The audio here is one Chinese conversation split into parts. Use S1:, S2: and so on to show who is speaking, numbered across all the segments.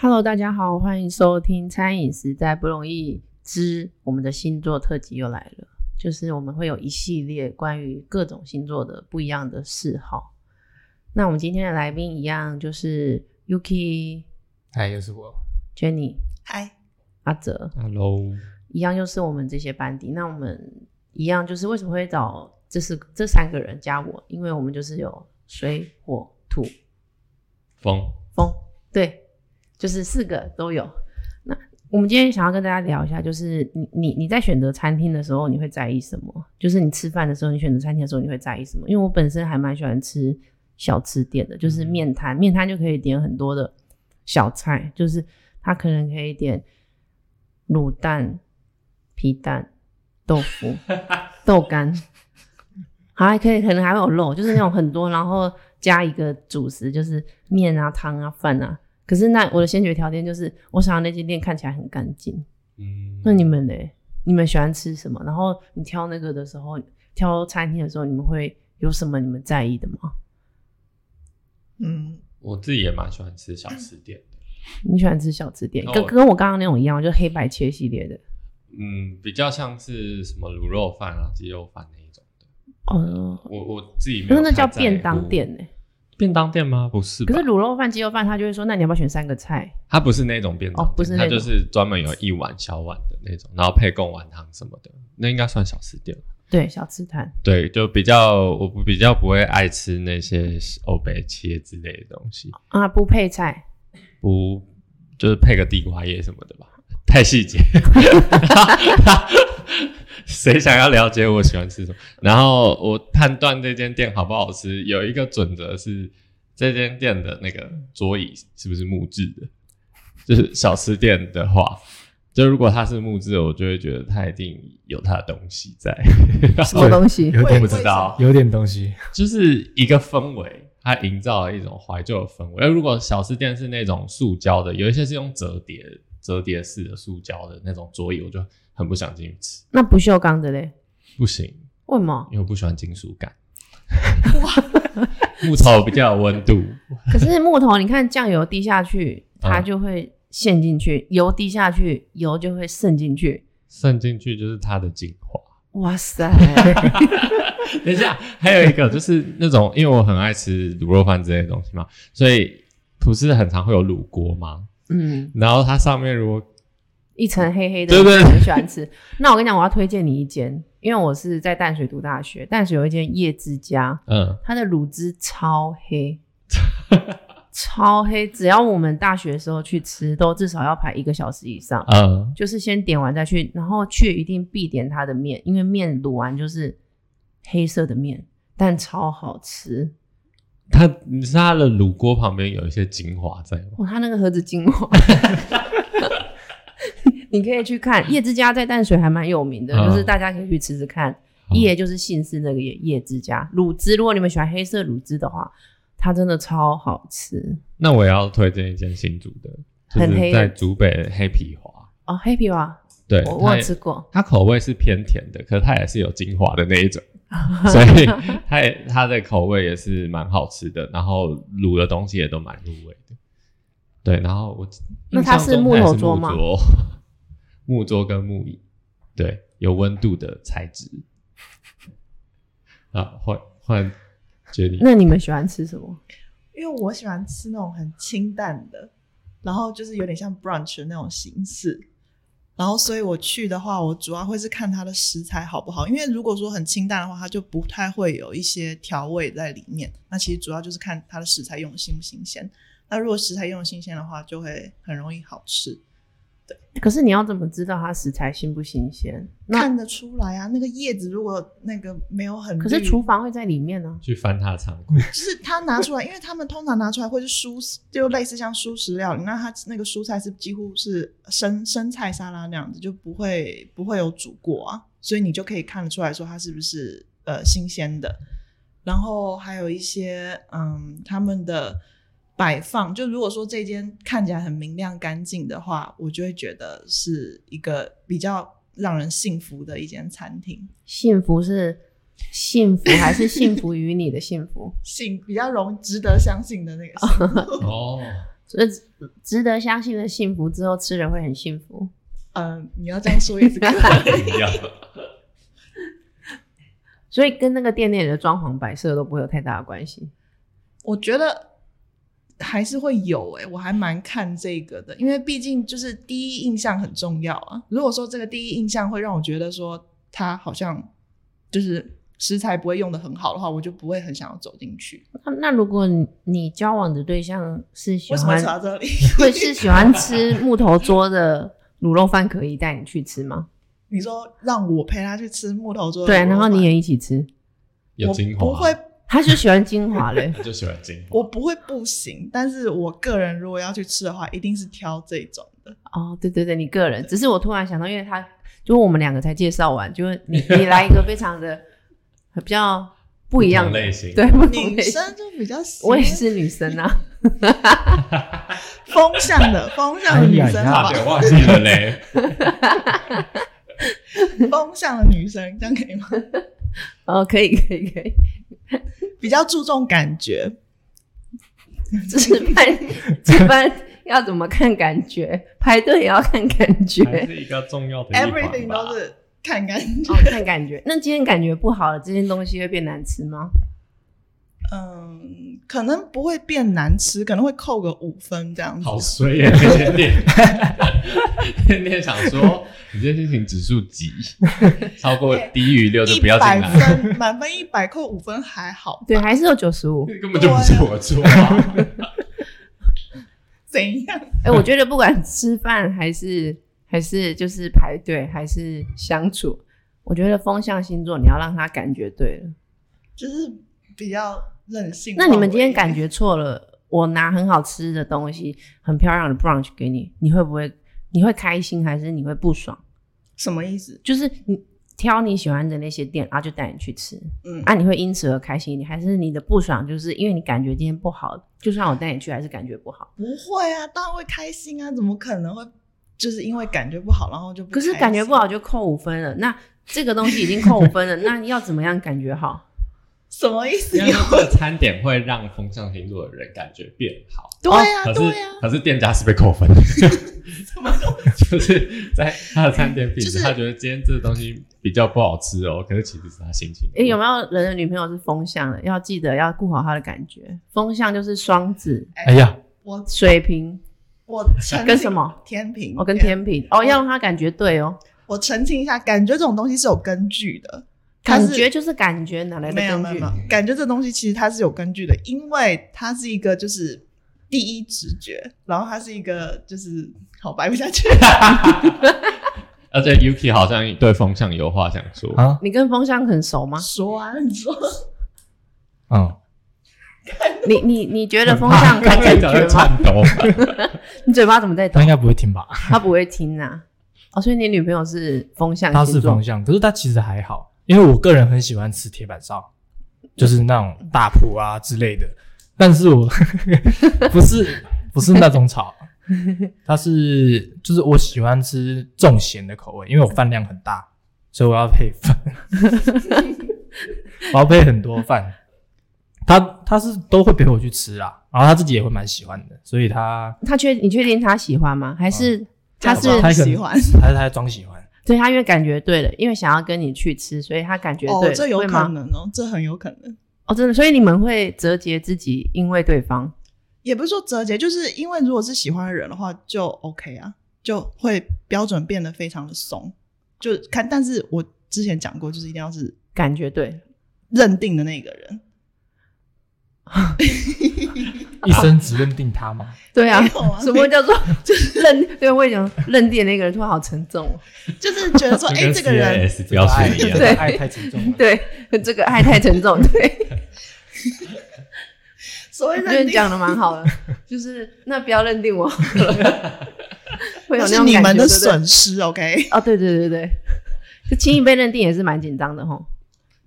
S1: Hello，大家好，欢迎收听《餐饮实在不容易》之我们的星座特辑又来了，就是我们会有一系列关于各种星座的不一样的嗜好。那我们今天的来宾一样就是 Yuki、
S2: 嗨，哎又是我。
S1: Jenny、
S3: 嗨，
S1: 阿哲，
S2: Hello，
S1: 一样又是我们这些班底。那我们一样就是为什么会找这是这三个人加我？因为我们就是有水、火、土、
S2: 风，
S1: 风，对，就是四个都有。那我们今天想要跟大家聊一下，就是你你你在选择餐厅的时候，你会在意什么？就是你吃饭的时候，你选择餐厅的时候，你会在意什么？因为我本身还蛮喜欢吃小吃店的，就是面摊，面摊就可以点很多的小菜，就是它可能可以点卤蛋、皮蛋、豆腐、豆干。还可以，可能还会有肉，就是那种很多，然后加一个主食，就是面啊、汤啊、饭啊。可是那我的先决条件就是，我想要那间店看起来很干净。
S2: 嗯，
S1: 那你们呢？你们喜欢吃什么？然后你挑那个的时候，挑餐厅的时候，你们会有什么你们在意的吗？
S3: 嗯，
S2: 我自己也蛮喜欢吃小吃店的，
S1: 你喜欢吃小吃店，
S2: 哦
S1: 跟跟我刚刚那种一样，就是黑白切系列的。
S2: 嗯，比较像是什么卤肉饭啊、鸡肉饭那一种的。
S1: 哦，
S2: 我我自己没
S1: 可
S2: 有
S1: 是那叫
S2: 太在
S1: 便当
S2: 乎
S1: 店呢、
S2: 便当店吗？不是吧，
S1: 可是卤肉饭、鸡肉饭，他就会说，那你要不要选三个菜？
S2: 它不是那种便当
S1: 哦
S2: 店，
S1: 不是那
S2: 它
S1: 种
S2: 就是专门有一碗小碗的那种，然后配贡丸汤什么的，那应该算小吃店。
S1: 对，小吃摊。
S2: 对，就比较我不比较不会爱吃那些欧北切之类的东西，
S1: 啊，不配 菜，
S2: 不就是配个地瓜叶什么的吧？太细节， 谁想要了解我喜欢吃什么？然后我判断这间店好不好吃，有一个准则是这间店的那个桌椅是不是木质的。就是小吃店的话，就如果它是木质的，我就会觉得它一定有它的东西在。
S1: 什么东西？
S4: 有点
S2: 我不知道，
S4: 有点东西，
S2: 就是一个氛围，它营造了一种怀旧的氛围。而如果小吃店是那种塑胶的，有一些是用折叠折叠式的塑胶的那种桌椅，我就很不想进去吃。
S1: 那不锈钢的嘞？
S2: 不行，
S1: 为什么？
S2: 因为我不喜欢金属 感。木头比较有温度，
S1: 可是木头，你看酱油滴下去，它
S2: 嗯
S1: 就会陷进去；油滴下去，油就会渗进去。
S2: 渗进去就是它的精华。
S1: 哇 塞！
S2: 等一下，还有一个就是那种，因为我很爱吃卤肉饭之类的东西嘛，所以不是很常会有卤锅吗？
S1: 嗯，
S2: 然后它上面如果
S1: 一层黑黑的，
S2: 对对对
S1: 很喜欢吃。那我跟你讲，我要推荐你一间，因为我是在淡水读大学，淡水有一间叶之家，
S2: 嗯，
S1: 它的卤汁超 黑，超黑。只要我们大学的时候去吃，都至少要排一个小时以上。
S2: 嗯，
S1: 就是先点完再去，然后去一定必点它的面，因为面卤完就是黑色的面，但超好吃。
S2: 它你是它的卤锅旁边有一些精华在吗？
S1: 哇，它那个盒子精 华，你可以去看。叶之家在淡水还蛮有名的，
S2: 嗯
S1: 就是大家可以去吃吃看。
S2: 好
S1: 叶就是姓氏那个叶，叶之家卤汁，如果你们喜欢黑色卤汁的话，它真的超好吃
S2: 那我也要推荐一间新竹的，就
S1: 很黑
S2: 是
S1: 的
S2: 在竹北的黑皮华，
S1: 哦。黑皮蛙，
S2: 对，
S1: 我我
S2: 它
S1: 有
S2: 也
S1: 吃过，
S2: 它口味是偏甜的，可是它也是有精华的那 一种，所以它也它的口味也是蛮好吃的，然后卤的东西也都蛮入味的。对，然后我
S1: 那它是木头桌吗
S2: 印象中它也是木桌木桌跟木椅，对，有温度的材质。啊，换换杰尼，
S1: 那你们喜欢吃什么？
S3: 因为我喜欢吃那种很清淡的，然后就是有点像 brunch 的那种形式。然后，所以我去的话，我主要会是看它的食材好不好。因为如果说很清淡的话，它就不太会有一些调味在里面。那其实主要就是看它的食材用的新不新鲜。那如果食材用的新鲜的话，就会很容易好吃，
S1: 可是你要怎么知道它食材新不新鲜？那
S3: 看得出来啊。那个叶子如果那个没有很绿，
S1: 可是厨房会在里面呢、啊
S2: 去翻它的仓 库，
S3: 就是他拿出来，因为他们通常拿出来会是蔬，就类似像蔬食料理，那它那个蔬菜是几乎是生生菜沙拉那样子，就不会不会有煮过啊，所以你就可以看得出来说它是不是呃新鲜的。然后还有一些嗯他们的摆放，就如果说这间看起来很明亮干净的话，我就会觉得是一个比较让人幸福的一间餐厅，
S1: 幸福是幸福，还是幸福于你的幸福？
S3: 幸比较容值得相信的那个幸福。
S2: 哦，
S1: 所以值得相信的幸福之后吃了会很幸福。
S3: 嗯，你要这样说也是可 以。
S2: 一样。
S1: 所以跟那个店内的装潢摆设都不会有太大的关系。
S3: 我觉得还是会有哎、我还蛮看这个的，因为毕竟就是第一印象很重要啊。如果说这个第一印象会让我觉得说它好像就是食材不会用的很好的话，我就不会很想要走进去。
S1: 那那如果你你交往的对象是喜
S3: 为什么
S1: 欢
S3: 扯到这里？
S1: 会是喜欢吃木头桌的卤肉饭，可以带你去吃吗？
S3: 你说让我陪他去吃木头桌的
S1: 对，
S3: 卤肉
S1: 然后你
S3: 饭
S1: 也一起吃，
S2: 有
S3: 我
S2: 精华，
S3: 不
S1: 啊
S3: 会，
S1: 他就喜欢精华嘞。
S2: 就喜欢精华。
S3: 我不会不行，但是我个人如果要去吃的话，一定是挑这种 的。
S1: 哦，对对对，你个人，只是我突然想到，因为他就我们两个才介绍完，就是你你来一个非常的比较不一样
S2: 不
S1: 的
S2: 同类型
S1: 对，不同
S3: 女
S1: 类型。
S3: 生就比较喜欢
S1: 我也是女生啊，
S3: 风向的，风向的女生，好
S2: 差
S3: 吧
S2: 点，忘记了 嘞，
S3: 风向的女生，这样可以吗？
S1: 哦，可以可以可以，
S3: 比较注重感觉，
S1: 吃饭 吃饭要怎么看感觉，排队也要看感觉，
S2: 还是一个重要的一环吧
S3: everything 都是看感觉
S1: 哦。，看感觉。那今天感觉不好了，这些东西会变难吃吗？
S3: 嗯，可能不会变难吃，可能会扣个五分这样子。
S2: 好衰 耶！那间店，天天想说你这心情指数 几，超过低于六就
S3: 一
S2: 不要进
S3: 百
S2: 来，
S3: 分，满分一百扣五分还好，
S1: 对，还是有九十五。
S2: 根本就不是我错啊！
S3: 怎样？
S1: 哎、我觉得不管吃饭还是还是就是排队还是相处，我觉得风象星座你要让他感觉对了。
S3: 就是比较任性。
S1: 那你们今天感觉错了，我拿很好吃的东西，很漂亮的 brunch 给你，你会不会你会开心还是你会不爽？
S3: 什么意思？
S1: 就是你挑你喜欢的那些店，然后就带你去吃，
S3: 嗯，
S1: 啊，你会因此而开心一点，还是你的不爽就是因为你感觉今天不好，就算我带你去还是感觉不好？
S3: 不会啊，当然会开心啊，怎么可能会就是因为感觉不好，然后就不
S1: 可是
S3: 开
S1: 感觉
S3: 心
S1: 不好就扣五分了，那这个东西已经扣五分了， 那要怎么样感觉好？
S3: 什么意 思？
S2: 因为这个餐点会让风象星座的人感觉变好，
S3: 对呀、
S2: 哦可是
S3: 啊对呀、
S2: 可是店家是被 扣分的，
S3: 什么都
S2: 就是在他的餐点品
S3: 就
S2: 质，
S3: 是
S2: 他觉得今天这个东西比较不好吃哦，可是其实是他心情。
S1: 哎诶，有没有人的女朋友是风象的？要记得要顾好她的感觉。风象就是双子、
S2: 哎呀，
S3: 我
S1: 水瓶，
S3: 我澄清
S1: 啊跟什么
S3: 天平？啊
S1: 哦，跟天平哦，要让她感觉对哦。
S3: 我澄清一下，感觉这种东西是有根据的，它
S1: 感
S3: 是
S1: 觉就是感觉，哪来的
S3: 没有
S1: 根
S3: 没有
S1: 据
S3: 没？有，感觉这东西其实它是有根据的，因为它是一个就是第一直觉，然后它是一个就是好掰不下去，？
S2: 而且 Yuki 好像对风象有话想 说，
S4: 啊，
S1: 你跟风象很熟吗
S3: 说啊，你说
S4: 嗯，
S1: 你你你觉得风象看感
S2: 讲 在
S1: 觉吗？
S2: 颤抖。
S1: 你嘴巴怎么在抖
S4: 他应？该不会听吧？
S1: 他不会听啊。哦，所以你女朋友是风象
S4: 他
S1: 星
S4: 是
S1: 座
S4: 风向，可是他其实还好，因为我个人很喜欢吃铁板烧，就是那种大埔啊之类的，但是我 不是不是那种炒，它是就是我喜欢吃重咸的口味，因为我饭量很大，所以我要配饭， 我要配很多饭。他他是都会陪我去吃啦，然后他自己也会蛮喜欢的，所以他
S1: 他确你确定他喜欢吗？还是 他是
S3: 假
S4: 他
S3: 装
S4: 可能
S3: 喜欢
S4: 他他在装喜欢。
S1: 对他因为感觉对了，因为想要跟你去吃，所以他感觉对
S3: 哦，
S1: 了，
S3: 这有
S1: 会
S3: 可
S1: 吗？
S3: 能哦，这很有可能。
S1: 哦，真的，所以你们会折节自己，因为对方。
S3: 也不是说折节，就是因为如果是喜欢的人的话，就 OK 啊，就会标准变得非常的松。就看，但是我之前讲过，就是一定要是
S1: 感觉对，
S3: 认定的那个人。
S4: 一生只认定他吗？
S1: 对啊
S3: 没有 啊，
S1: 什么叫做就是认？对，我也想认定那个人突然好沉重哦。
S3: 就是觉得说，哎、这个人，
S2: S 标识一样，
S1: 对
S4: 爱太沉重了。
S1: 对，这个爱太沉重。对，
S3: 所谓
S1: 我觉得
S3: 认
S1: 你
S3: 定，
S1: 讲的蛮好的，就是那不要认定我好了，会有
S3: 那
S1: 那
S3: 是
S1: 种
S3: 你
S1: 感
S3: 们
S1: 觉
S3: 的
S1: 对不对
S3: 损失，OK？
S1: 哦，对对对对， 就轻易被认定也是蛮紧张的吼。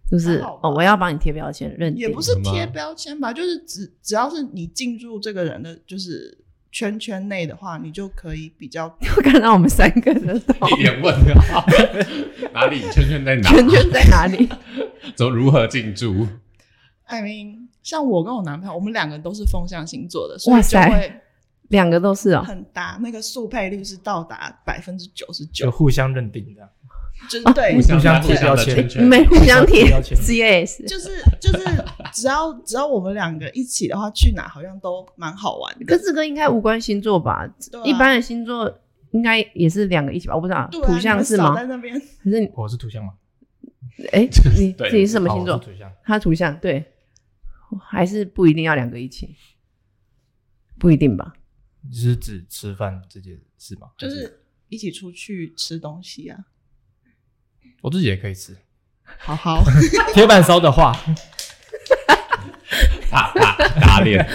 S1: 就是
S3: 还好吧
S1: 哦，我要帮你贴标签，认定
S3: 也 不是贴标签吧，就是只只要是你进入这个人的就是圈圈内的话，你就可以比较
S1: 又看到我们三个人的头
S2: 一点问号，哪里圈 圈在哪？
S1: 圈圈在哪里？
S2: 走如何进驻？
S3: ，I mean，像我跟我男朋友，我们两个都是风象星座的，所
S1: 哇
S3: 以就
S1: 塞
S3: 会
S1: 两个都是哦，
S3: 很搭，那个速配率是到达百分之九十
S4: 就
S3: 九，
S4: 互相认定这样。
S3: 就是对，
S2: 互相
S4: 相
S2: 互
S4: 贴
S2: 相
S4: 标
S2: 的
S4: 签
S2: 圈圈
S1: 没哎互相贴
S4: 互相贴标签
S1: CS，
S3: 就是就是只要只要我们两个一起的话，去哪好像都蛮好玩的。
S1: 跟这个应该无关星座吧？
S3: 对啊
S1: 一般的星座应该也是两个一起吧？我不知道
S3: 对啊，
S1: 土象是
S3: 你们少
S1: 吗
S3: 在？那边
S1: 可是你
S4: 我是图像吗？
S1: 哎， 你
S2: 对
S1: 自己是什么
S4: 好
S1: 星座
S4: 我？是图像，
S1: 他土象对，还是不一定要两个一起？不一定吧？
S4: 你是指吃饭这件事吗？
S3: 就
S4: 还
S3: 是一起出去吃东西啊，
S4: 我自己也可以吃。
S3: 好 好，
S4: 铁板烧的话，
S2: 啪啪打 脸，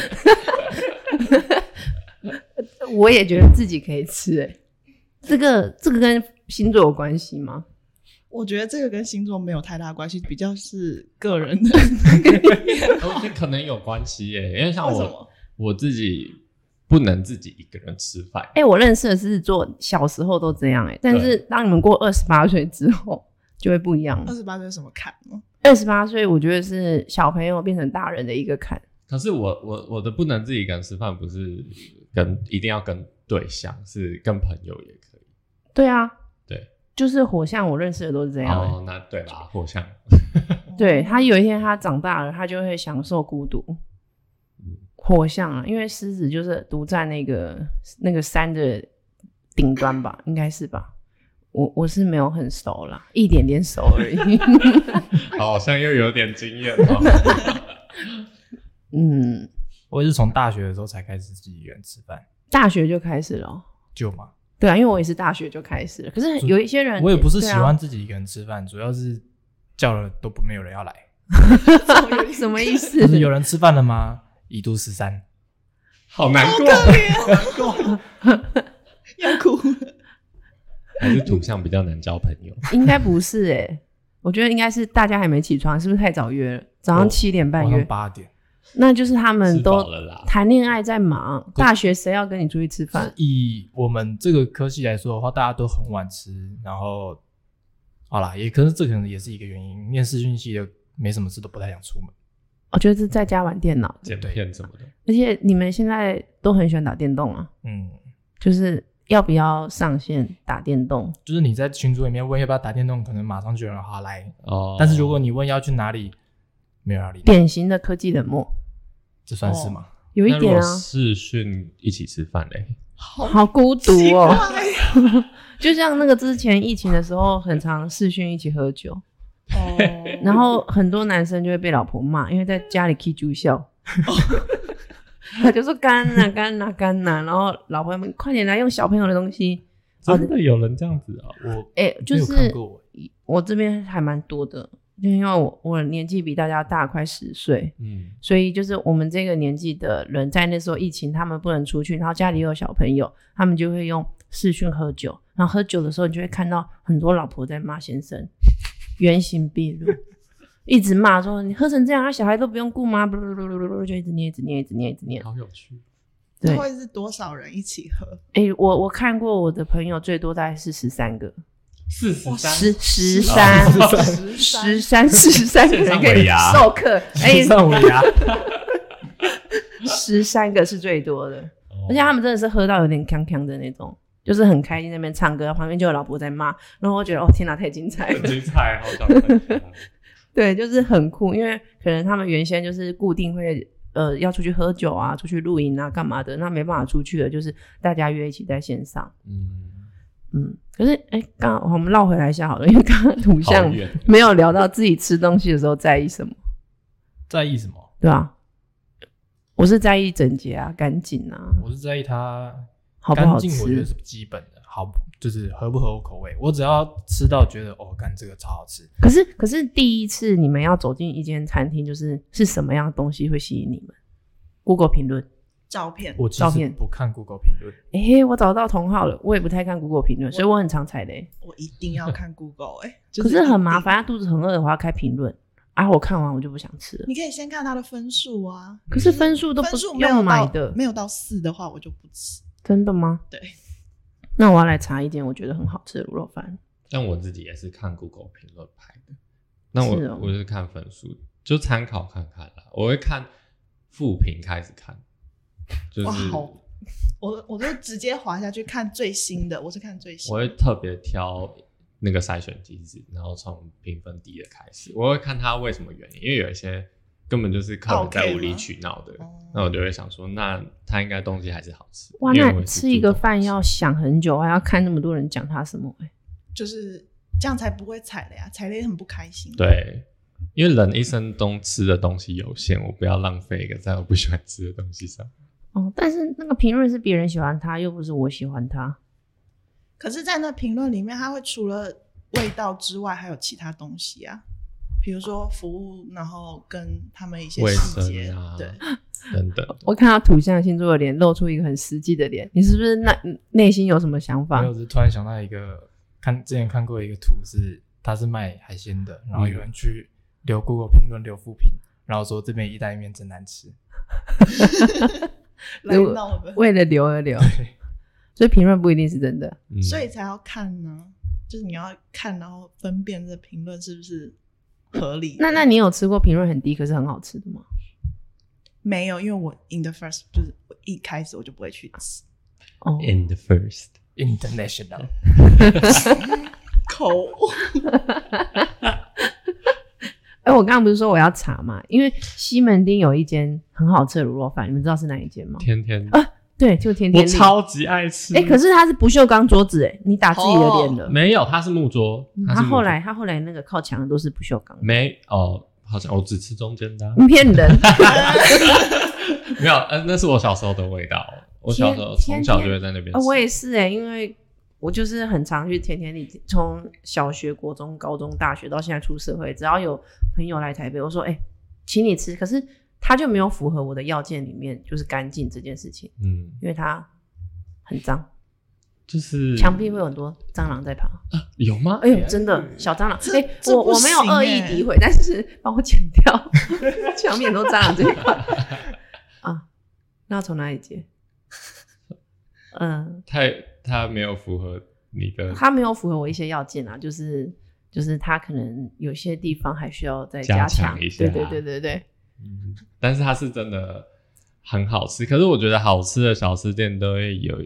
S1: 我也觉得自己可以吃、欸，这个这个跟星座有关系吗？
S3: 我觉得这个跟星座没有太大关系，比较是个人 的。
S2: 我觉得可能有关系耶，因为像
S3: 为什
S2: 我
S3: 么？
S2: 我自己不能自己一个人吃饭，
S1: 哎、我认识的狮子座小时候都这样、欸，哎，但是当你们过二十八岁之后就会不一样
S3: 二
S1: 了。
S3: 十八岁有什么坎吗？
S1: 二十八岁，我觉得是小朋友变成大人的一个坎。
S2: 可是我我我的不能自己一个人吃饭，不是跟一定要跟对象，是跟朋友也可以。
S1: 对啊，
S2: 对，
S1: 就是火象，我认识的都是这样、欸。
S2: 哦，那对啦，火象，
S1: 对
S3: 哦
S1: 他有一天他长大了，他就会享受孤独。
S4: 嗯
S1: 火象啊，因为狮子就是独占那个那个山的顶端吧，应该是吧。我我是没有很熟啦，一点点熟而 已。
S2: 哦好像又有点经验哦。
S1: 嗯，
S4: 我也是从大学的时候才开始自己一个人吃饭，
S1: 大学就开始了哦。
S4: 就嘛。
S1: 对啊，因为我也是大学就开始了。可是有一些人，
S4: 我也不是喜欢
S1: 对啊
S4: 自己一个人吃饭，主要是叫了都不没有人要来，
S1: 啊什么意 思
S4: 就？是有人吃饭了吗？一度十三，
S2: 好难过，
S3: 啊 要哭了。
S2: 还是土象比较难交朋友。
S1: 应该不是哎、我觉得应该是大家还没起床，是不是太早约了？早上
S4: 我
S1: 七点半
S2: 哦
S4: 晚
S1: 约
S4: 上，八点。
S1: 那就是他们
S2: 吃饱
S1: 都
S2: 了啦，
S1: 谈恋爱在忙，大学谁要跟你出去吃饭？哦
S4: 以我们这个科系来说的话，大家都很晚吃，然后好啦，也可能这可能也是一个原因。念视讯系的没什么事都不太想出门，
S1: 我觉得是在家玩电脑，
S2: 剪片什么的，
S1: 而且你们现在都很喜欢打电动啊，
S4: 嗯，
S1: 就是要不要上线打电动？
S4: 就是你在群组里面问要不要打电动，可能马上就有人好来，
S2: 哦。
S4: 但是如果你问要去哪里，没有人要理你，
S1: 典型的科技冷漠，
S4: 这算是吗？
S1: 有一
S2: 那如
S1: 点
S2: 果
S1: 啊，
S2: 视讯一起吃饭哎嘞，
S1: 好孤 独
S3: 奇
S1: 哦。
S3: 怪
S1: 就像那个之前疫情的时候，很常视讯一起喝酒，
S3: 哦，
S1: 然后很多男生就会被老婆骂，因为在家里 K 住笑。他就说干
S4: 哦
S1: 呐、干呐、干呐、然后老婆们快点来用小朋友的东西。哦
S2: 真的有人这样子啊？
S4: 我
S1: 哎、就
S4: 没有看
S1: 是
S4: 过欸
S1: 我这边还蛮多的，就因为我我年纪比大家大快十岁，
S2: 嗯，
S1: 所以就是我们这个年纪的人，在那时候疫情，他们不能出去，然后家里又有小朋友，他们就会用视讯喝酒，然后喝酒的时候，你就会看到很多老婆在骂先生，原形毕露，一直骂说你喝成这样，啊他小孩都不用顾吗？不不不不不，就一直念，一直念，一直念，一直念。
S2: 好有趣。
S1: 对，
S3: 会是多少人一起喝？
S1: 哎、我我看过我的朋友最多大概是十三个，
S2: 四十三，
S1: 十十三。十
S3: 十
S1: 三十三个人可以授课，哎
S4: 线，上尾牙，
S1: 十三个是最多的，
S2: 哦
S1: 而且他们真的是喝到有点锵锵的那种，就是很开心在那边唱歌，旁边就有老婆在骂，然后我觉得哦天哪，太精彩
S2: 很
S1: 了，
S2: 精彩，好想看起来。
S1: 对，就是很酷，因为可能他们原先就是固定会呃要出去喝酒啊，出去露营啊，干嘛的，那没办法出去了，就是大家约一起在线上，
S2: 嗯，
S1: 嗯，可是哎，刚刚我们绕回来一下好了，因为刚刚图
S2: 好
S1: 像
S2: 远。
S1: 没有聊到自己吃东西的时候在意什么。
S4: 在意什么？
S1: 对啊，我是在意整洁啊、干净啊，
S4: 我是在意它
S1: 好不
S4: 干
S1: 好
S4: 净，我觉得
S1: 吃
S4: 是。基本的，好就是合不合我口味。我只要吃到觉得哦，干这个超好吃，
S1: 可是，可是第一次你们要走进一间餐厅，就是是什么样的东西会吸引你们？Google 评论，
S3: 照片，
S4: 我其
S1: 照
S4: 实
S1: 片
S4: 不看 Google 评论，
S1: 诶、我找到同号了。我也不太看 Google 评论，所以我很常踩雷。
S3: 我一定要看 Google 哎，就
S1: 可
S3: 一
S1: 是
S3: 定
S1: 很麻。烦，肚子很饿的话开评论啊，我看完我就不想吃了。
S3: 你可以先看它的分数啊，
S1: 可是分数都不
S3: 分
S1: 是
S3: 数没有
S1: 用
S3: 到
S1: 买的，
S3: 没有到四的话我就不吃。
S1: 真的吗？
S3: 对。
S1: 那我要来查一间我觉得很好吃的卤肉饭。
S2: 但我自己也是看 Google 评论排的，那我、
S1: 是哦
S2: 我是看分数，就参考看看啦。我会看复评开始看，就
S3: 哇
S2: 是
S1: 哦
S3: 好我我就直接滑下去看最新的，我是看最新
S2: 我
S3: 的。
S2: 会特别挑那个筛选机制，然后从评分低的开始，我会看它为什么原因，因为有一些根本就是客人
S3: OK
S2: 在无理
S3: 吗
S2: 取闹的，
S3: 哦
S2: 那我就会想说，那它应该东西还是好吃。
S1: 哇，
S2: 因为
S1: 那
S2: 我
S1: 你
S2: 也是
S1: 吃一
S2: 注重
S1: 个饭
S2: 吃
S1: 要想很久，还要看那么多人讲他什么、欸，
S3: 就是这样才不会踩雷啊，踩雷很不开心。，
S2: 对，因为人一生中吃的东西有限，我不要浪费一个在我不喜欢吃的东西上。
S1: 哦，但是那个评论是别人喜欢他，又不是我喜欢他。
S3: 可是，在那评论里面，他会除了味道之外，还有其他东西啊，比如说服务，然后跟他们一些
S2: 卫
S3: 细
S2: 生
S3: 节，
S2: 啊
S3: 对，
S2: 等等，
S1: 我看他土象星座的脸，露出一个很实际的脸，你是不是那嗯内心有什么想法
S4: 没有，？只是突然想到一个，看之前看过一个图是，他是卖海鲜的，然后有人去留 Google 评论留负评，然后说这边意大利面真难吃，
S3: 来
S1: 如果
S3: 闹我们，
S1: 为了留而留， 所以评论不一定是真的。
S2: 嗯、
S3: 所以才要看呢、就是你要看，然后分辨这评论是不是合理的。
S1: 那那你有吃过评论很低可是很好吃的吗？
S3: 没有，因为我 in the first 就是我一开始我就不会去吃，
S1: 哦，
S2: in the first，
S4: international，
S3: 口误。
S1: 哎、我刚刚不是说我要查嘛？因为西门町有一间很好吃的卤肉饭，你们知道是哪一间吗？
S2: 天天、
S1: 对，就天天
S2: 我
S1: 利。
S2: 超级爱吃。
S1: 哎、可是它是不锈钢桌子，哎，你打自己的脸了。
S2: 哦没有，它是木桌，它
S1: 嗯他
S2: 是木桌
S1: 后来他后来那个靠墙的都是不锈钢的，
S2: 没哦，好像我只吃中间的啊、
S1: 你骗人。
S2: 没有，呃，那是我小时候的味道。我小时候
S1: 天
S2: 从
S1: 天
S2: 小就会在那边吃、
S1: 啊，我也是哎、因为我就是很常去甜甜里，从小学、国中、高中、大学到现在出社会，只要有朋友来台北，我说哎、欸请你吃，可是他就没有符合我的要件里面，就是干净这件事情，
S2: 嗯，
S1: 因为它很脏，
S2: 就是
S1: 墙壁会有很多蟑螂在爬。
S2: 有吗？
S1: 哎呦，真的小蟑螂！
S3: 这
S1: 哎、
S3: 这
S1: 我
S3: 不
S1: 我没有
S3: 行
S1: 恶意
S3: 欸
S1: 诋毁，但是 帮我剪掉墙面都蟑螂这一 块啊。那要从哪里接？嗯，
S2: 太它没有符合你的
S1: 他没有符合我一些要件啊，就是就是他可能有些地方还需要再
S2: 加
S1: 强
S2: 强一下
S1: 对对对对对，
S2: 嗯，但是它是真的很好吃。可是我觉得好吃的小吃店都会有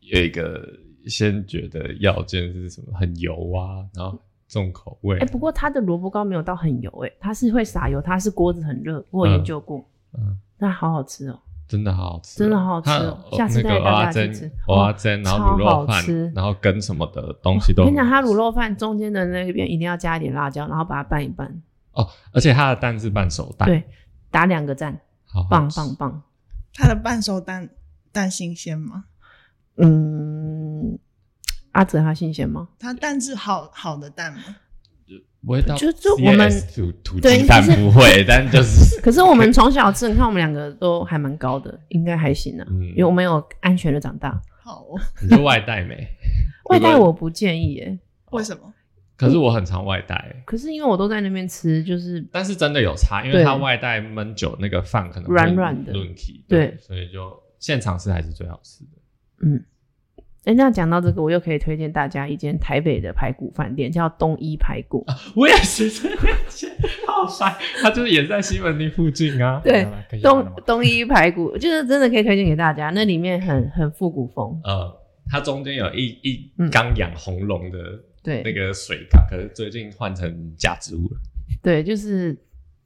S2: 有一个先觉得要件是什么，很油啊，然后重口味
S1: 哎、。不过他的萝卜糕没有到很油、哎，它是会撒油，它是锅子很热，我有研究过，
S2: 嗯，
S1: 那好好吃哦、
S2: 真的好好吃哦，
S1: 真的好好吃
S2: 它
S1: 哦
S2: 呃
S1: 下次
S2: 那
S1: 带
S2: 个
S1: 大家
S2: 蚵仔
S1: 去
S2: 煎
S1: 吃、
S2: 蚵仔煎，
S1: 哦
S2: 然后
S1: 超
S2: 卤
S1: 好
S2: 肉
S1: 吃哦
S2: 饭，然后跟什么的东西都
S1: 我跟
S2: 很
S1: 你讲，
S2: 好
S1: 它
S2: 吃。
S1: 卤肉饭中间的那边一定要加一点辣椒，然后把它拌一拌，
S2: 哦，而且它的蛋是半熟蛋，
S1: 对，打两个赞，
S2: 好好
S1: 棒
S2: 吃
S1: 棒棒。
S3: 它的半熟蛋蛋新鲜吗？
S1: 嗯，阿哲他新鲜吗？
S3: 它蛋是好好的蛋吗？
S2: 味道
S1: 就就我们
S2: CS 土土
S1: 对
S2: 鸡蛋
S1: 就是
S2: 不会， 但 就是
S1: 可是我们从小吃，你看我们两个都还蛮高的，应该还行啊，
S2: 嗯
S1: 因为我们有安全的长大。
S3: 好、哦，
S2: 你就外带没？
S1: 外带
S2: 如果
S1: 我不建议耶，
S3: 为什么？
S2: 可是我很常外带，
S1: 可是因为我都在那边吃，就是
S2: 但是真的有差，因为
S1: 对
S2: 它外带焖久那个饭可能
S1: 软软的
S2: 论起，
S1: 对
S2: 所以就现场吃还是最好吃的。
S1: 嗯，哎、那讲到这个，我又可以推荐大家一间台北的排骨饭店，叫东一排骨。
S3: 啊
S2: 我也是这个钱，好烦，它就是也在西门町附近啊。
S1: 对
S4: 好了可以讲
S1: 东
S4: 完了吗
S1: 东一排骨就是真的可以推荐给大家，那里面很很复古风，
S2: 呃，它中间有一一
S1: 嗯
S2: 刚养红龙的
S1: 对、
S2: 那个水缸，可是最近换成假植物了。
S1: 对，就是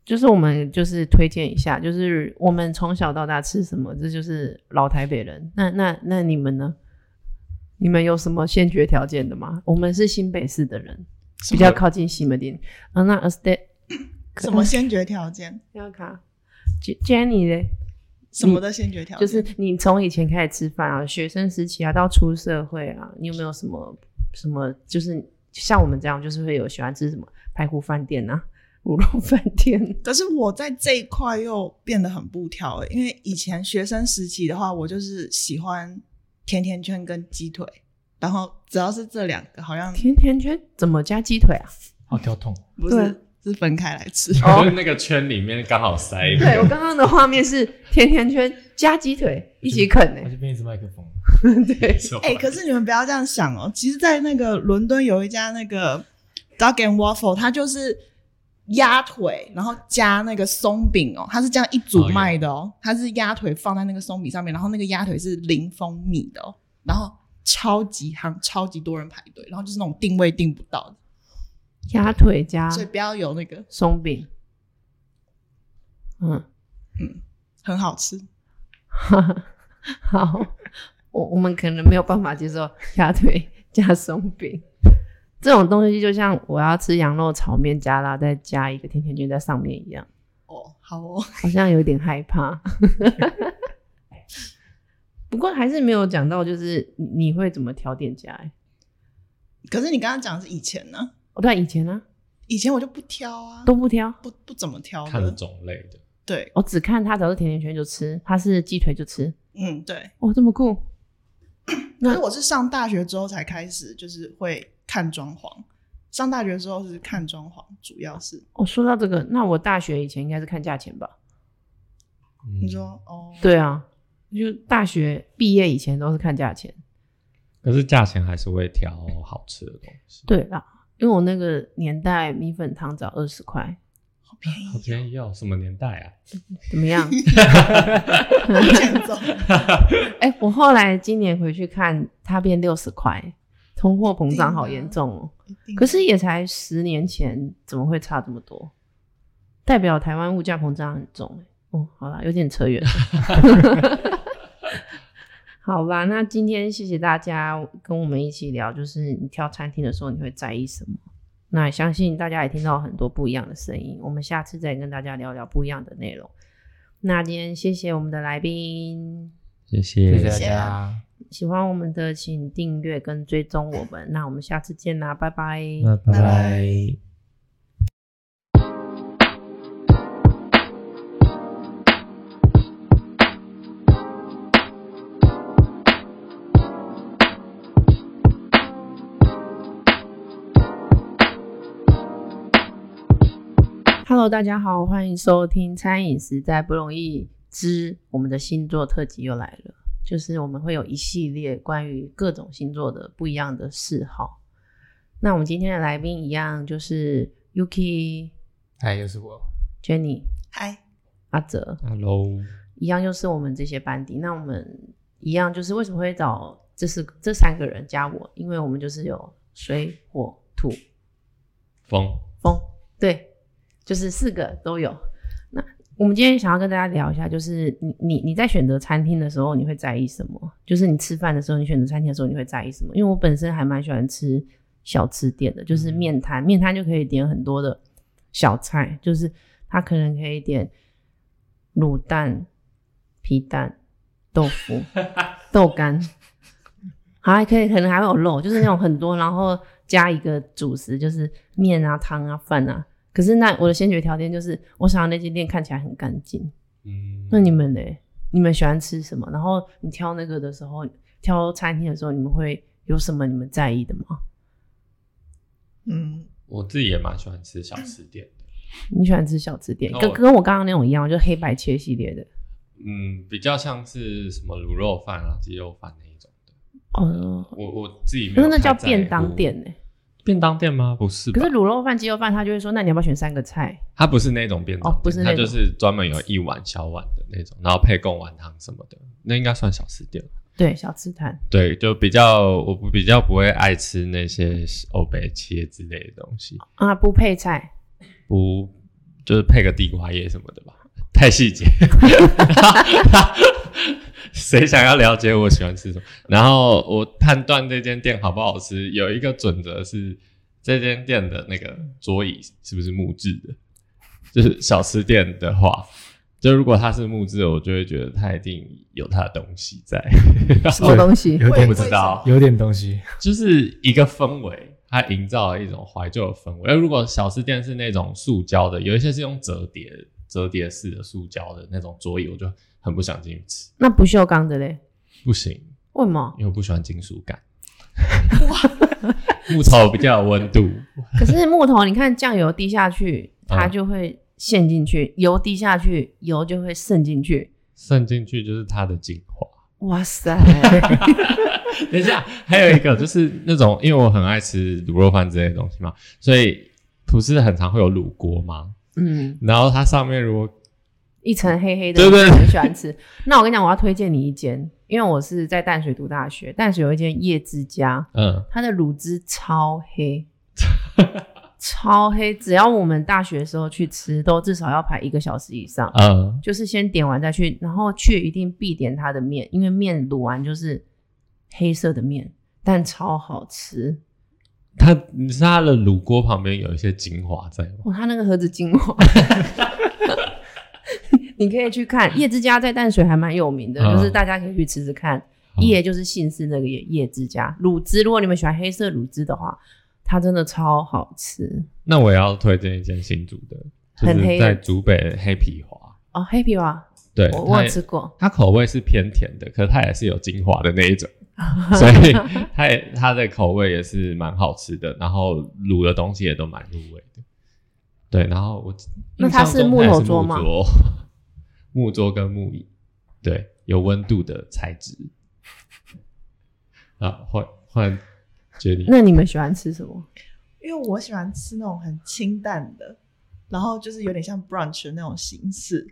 S1: 就是我们就是推荐一下，就是我们从小到大吃什么，这就是老台北人。那那那你们呢？你们有什么先决条件的吗？我们是新北市的人，比较靠近西门町。啊，那 a s t a
S3: 什么先决条 件？
S1: 要卡，J- Jenny 嘞，
S3: 什么的先决条
S1: 就
S3: 件？
S1: 是你从以前开始吃饭啊，学生时期啊，到出社会啊，你有没有什么什么，就是像我们这样，就是会有喜欢吃什么排骨饭店啊、卤肉饭店，
S3: 可是我在这一块又变得很不挑、欸，因为以前学生时期的话，我就是喜欢甜甜圈跟鸡腿，然后只要是这两个，好像
S1: 甜甜圈怎么加鸡腿啊？
S4: 好跳痛，哦
S3: 不
S1: 对
S3: 是是分开来吃。
S1: 哦
S2: 就是那个圈里面刚好塞一个，
S1: 对我哎刚刚的画面是 嗯甜甜圈加鸡腿一起啃呢、欸
S4: 我这边一支麦克风，
S1: 对，
S3: 哎、可
S2: 是
S3: 是你们不要这样想哦。其实，在那个伦敦有一家那个 Dog and Waffle，它就是鸭腿，然后加那个松饼哦，它是这样一组
S2: 哦有
S3: 卖的哦，它是鸭腿放在那个松饼上面，然后那个鸭腿是零蜂蜜的哦，然后超级夯，超级多人排队，然后就是那种定位定不到的，
S1: 鸭腿加
S3: 所以不要有那个
S1: 松饼，嗯，
S3: 很好吃，
S1: 好，我我们可能没有办法接受鸭腿加松饼这种东西，就像我要吃羊肉炒面加辣，再加一个甜甜圈在上面一样，
S3: 哦，好哦，
S1: 好像有点害怕。 不过还是没有讲到，就是你你会怎么挑店家、欸？
S3: 可是你刚刚讲的是以前呢、
S1: 我对啊以前呢、
S3: 以前我就不挑啊，
S1: 都不挑，
S3: 不不怎么挑
S2: 看
S3: 的，
S2: 种类的。
S3: 对，
S1: 我只看他只要是甜甜圈就吃，他是鸡腿就吃，
S3: 嗯，对。
S1: 哇、这么酷！那
S3: 可是我是上大学之后才开始，就是会看装潢。上大学之后是看装潢，主要是
S1: 哦，说到这个，那我大学以前应该是看价钱吧？
S2: 嗯
S3: 你说哦，，
S1: 对啊，就大学毕业以前都是看价钱。
S2: 可是价钱还是会挑好吃的东西，
S1: 对啦，因为我那个年代米粉汤只要二十块，
S3: 好便
S2: 好
S3: 宜，
S2: 便宜哦！什么年代啊？
S1: 怎么样？
S3: 往前走，
S1: 哎、我后来今年回去看，它变六十块，通货膨胀好严重哦、
S3: 一定
S1: 可是也才十年前，怎么会差这么多？代表台湾物价膨胀很重、欸。哦，好啦，有点扯远了。 好吧，那今天谢谢大家跟我们一起聊，就是你挑餐厅的时候你会在意什么？那相信大家也听到很多不一样的声音，我们下次再跟大家聊聊不一样的内容。那今天谢谢我们的来宾，
S2: 谢
S4: 谢
S2: 谢
S4: 谢大
S3: 谢
S4: 家，
S1: 喜欢我们的请订阅跟追踪我们，那我们下次见啦，拜拜。
S3: 拜
S4: 拜
S1: 哈喽，大家好，欢迎收听《餐饮实在不容易之我们的星座特辑》又来了，就是我们会有一系列关于各种星座的不一样的嗜好。那我们今天的来宾一样就是 Yuki、
S4: 哎，又是我，
S1: Jenny、
S3: 嗨，
S1: 阿哲，
S2: ，Hello，
S1: 一样又是我们这些班底。那我们一样就是为什么会找这是这三个人加我？因为我们就是有水、火、土
S2: 风，
S1: 风，对，就是四个都有。那我们今天想要跟大家聊一下，就是你你你在选择餐厅的时候，你会在意什么？就是你吃饭的时候，你选择餐厅的时候，你会在意什么？因为我本身还蛮喜欢吃小吃店的，就是面摊，面摊就可以点很多的小菜，就是它可能可以点卤蛋、皮蛋、豆腐、豆干。还可以，可能还会有肉，就是那种很多，然后加一个主食，就是面啊、汤啊、饭啊。可是那我的先决条件就是，我想要那间店看起来很干净。
S2: 嗯，
S1: 那你们呢？你们喜欢吃什么？然后你挑那个的时候，挑餐厅的时候，你们会有什么你们在意的吗？
S3: 嗯，
S2: 我自己也蛮喜欢吃小吃店的，
S1: 你喜欢吃小吃店，
S2: 那
S1: 跟
S2: 我
S1: 跟我刚刚那种一样，就黑白切系列的。
S2: 嗯，比较像是什么卤肉饭啊、鸡肉饭那一种的。
S1: 哦，
S2: 我我自己没
S1: 那
S2: 有
S1: 那叫
S2: 太在
S1: 便当
S2: 乎
S1: 店呢、
S2: 便当店吗？不是吧，
S1: 可是卤肉饭、鸡肉饭，他就会说，那你要不要选三个菜？
S2: 它不是那种便当
S1: 哦
S2: 店，
S1: 不是那
S2: 它
S1: 种
S2: 就是专门有一碗小碗的那种，然后配贡丸汤什么的，那应该算小吃店。
S1: 对，小吃摊。
S2: 对，就比较我不比较不会爱吃那些欧北切之类的东西，
S1: 啊，不配菜，
S2: 不就是配个地瓜叶什么的吧，太细节。谁想要了解我喜欢吃什么？然后我判断这间店好不好吃，有一个准则是这间店的那个桌椅是不是木质的。就是小吃店的话，就如果它是木质的，我就会觉得它一定有它的东西在。
S1: 什么东西？
S4: 有点
S2: 不知道
S4: 有点东西，
S2: 就是一个氛围，它营造了一种怀旧的氛围。而如果小吃店是那种塑胶的，有一些是用折叠折叠式的塑胶的那种桌椅，我就很不想进去吃，
S1: 那不锈钢的嘞？
S2: 不行，
S1: 为什么？
S2: 因为我不喜欢金属感。木头比较有温度，
S1: 可是木头，你看酱油滴下去，它
S2: 嗯
S1: 就会陷进去；油滴下去，油就会渗进去。
S2: 渗进去就是它的精华。
S1: 哇 塞！
S2: 等一下，还有一个就是那种，因为我很爱吃卤肉饭之类的东西嘛，所以吐司很常会有卤锅嘛，
S1: 嗯，
S2: 然后它上面如果
S1: 一层黑黑的，
S2: 对对对
S1: 很喜欢吃。那我跟你讲，我要推荐你一间，因为我是在淡水读大学，淡水有一间叶之家，
S2: 嗯
S1: 它的卤汁超 黑，超黑。只要我们大学的时候去吃，都至少要排一个小时以上。
S2: 嗯
S1: 就是先点完再去，然后去一定必点它的面，因为面卤完就是黑色的面，但超好吃。
S2: 它你是它的卤锅旁边有一些精华在吗？
S1: 哇，它那个盒子精华，你可以去看。叶之家在淡水还蛮有名的，
S2: 嗯
S1: 就是大家可以去吃吃看。
S2: 好
S1: 叶就是姓氏那个叶，叶之家卤汁，如果你们喜欢黑色卤汁的话，它真的超好吃
S2: 那我也要推荐一间新竹的，就
S1: 很黑
S2: 是
S1: 的
S2: 在竹北的黑皮华，
S1: 哦。黑皮娃，
S2: 对，
S1: 我
S2: 它
S1: 我有
S2: 也
S1: 吃过，
S2: 它口味是偏甜的，可是它也是有精华的那一 种，所以它也它的口味也是蛮好吃的，然后卤的东西也都蛮入味的。对，然后我
S1: 那它是
S2: 印象
S1: 木
S2: 中它也
S1: 头
S2: 是木
S1: 桌吗
S2: 桌木桌跟木椅，对，有温度的材质。啊，换换杰尼，
S1: 那你们喜欢吃什么？
S3: 因为我喜欢吃那种很清淡的，然后就是有点像 brunch 的那种形式。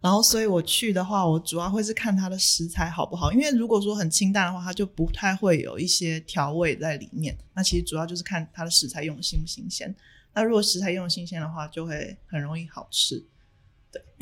S3: 然后，所以我去的话，我主要会是看它的食材好不好。因为如果说很清淡的话，它就不太会有一些调味在里面。那其实主要就是看它的食材用的新不新鲜。那如果食材用的新鲜的话，就会很容易好吃，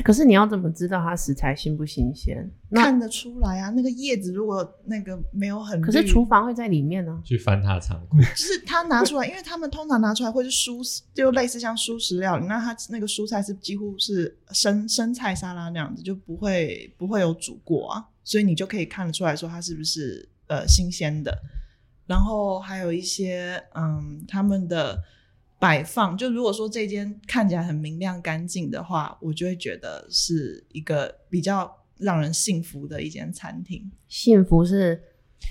S1: 可是你要怎么知道它食材新不新鲜？那
S3: 看得出来啊。那个叶子如果那个没有很绿，
S1: 可是厨房会在里面呢、
S2: 去翻它的仓 库，
S3: 就是它拿出来，因为他们通常拿出来会是蔬，就类似像蔬食料理，那它那个蔬菜是几乎是生生菜沙拉那样子，就不会不会有煮过啊，所以你就可以看得出来说它是不是呃新鲜的。然后还有一些嗯他们的摆放，就如果说这间看起来很明亮干净的话，我就会觉得是一个比较让人幸福的一间餐厅。
S1: 幸福是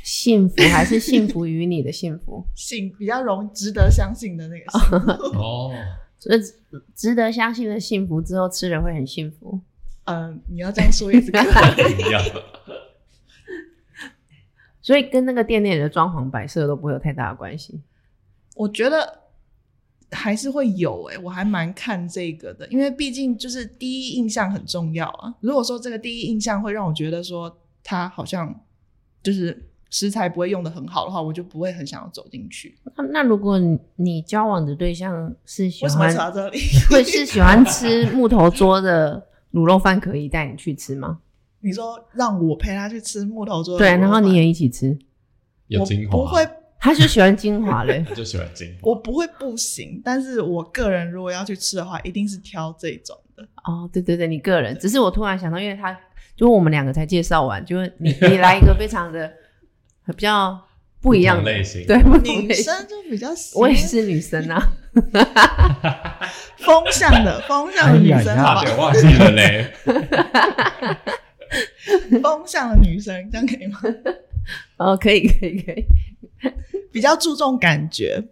S1: 幸福，还是幸福于你的幸福？
S3: 信比较容值得相信的那个幸福
S2: 哦，
S1: 所以值得相信的幸福之后，吃了会很幸福。
S3: 嗯，你要这样说也是可以。
S2: 不 一样。
S1: 所以跟那个店内的装潢摆设都不会有太大的关系。
S3: 我觉得还是会有诶、我还蛮看这个的，因为毕竟就是第一印象很重要啊。如果说这个第一印象会让我觉得说它好像就是食材不会用的很好的话，我就不会很想要走进去。
S1: 那那如果你你交往的对象是喜
S3: 为什么
S1: 欢
S3: 要扯到这里？
S1: 会是喜欢吃木头桌的卤肉饭，可以带你去吃 吗？
S3: 你说让我陪他去吃木头桌的
S1: 对，
S3: 卤肉
S1: 然后你
S3: 饭
S1: 也一起吃，
S2: 有
S3: 我
S2: 精华，。
S3: 不会，
S1: 他就喜欢精华嘞
S2: 就喜欢精华。
S3: 我不会不行，但是我个人如果要去吃的话，一定是挑这种的。
S1: 哦，对对对，你个人，只是我突然想到，因为他就是我们两个才介绍完，就是 你你来一个非常的比较不一样
S2: 不
S1: 的
S2: 同类 型
S1: 对，不同
S3: 女
S1: 类型
S3: 生就比较喜欢
S1: 我也是女生啊，
S3: 风向 的风向的女生，
S2: 差
S3: 好吧
S2: 点忘记了 嘞，
S3: 风向的女生，这样可以吗？
S1: 哦，可以可以可以，
S3: 比较注重感觉，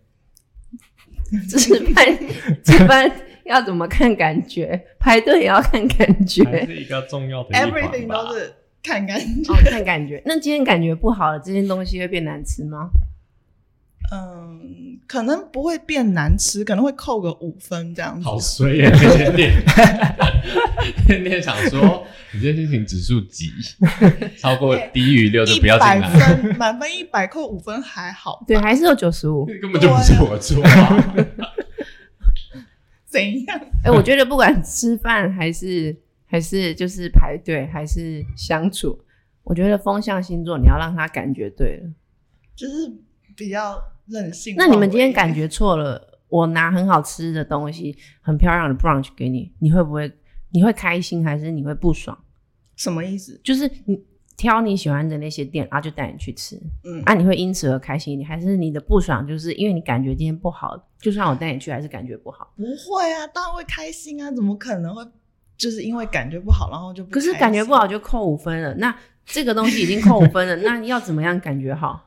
S1: 吃饭吃饭要怎么看感觉，排队也要看感觉，
S2: 还是一个重要的一
S4: 哎
S2: 环吧
S3: everything 都是看感觉
S1: 哦。，看感觉。那今天感觉不好了，这件东西会变难吃吗？
S3: 嗯，可能不会变难吃，可能会扣个五分这样子。
S2: 好衰啊 耶、那天 天天天想说，你这心情指数 几？超过低于六就
S3: 一
S2: 不要进
S3: 百
S2: 来，
S3: 分 满分一百扣五分还好，
S1: 对，还是有九十五。
S2: 那根本就不是我错、啊。
S3: 怎样？
S1: 哎，我觉得不管吃饭还是还是就是排队还是相处，我觉得风象星座你要让他感觉对了。
S3: 就是比较任性。
S1: 那你们今天感
S3: 觉
S1: 觉错了，我拿很好吃的东西，很漂亮的 brunch 给你，你会不会你会开心还是你会不爽？
S3: 什么意思？
S1: 就是你挑你喜欢的那些店，啊然后就带你去吃，
S3: 嗯，
S1: 啊，你会因此而开心一点，还是你的不爽就是因为你感觉今天不好，就算我带你去，还是感觉不好。
S3: 不会啊，当然会开心啊，怎么可能会就是因为感觉不好，然后就不
S1: 可是
S3: 开心
S1: 感觉不好就扣五分了，那这个东西已经扣五分 了，那要怎么样感觉好？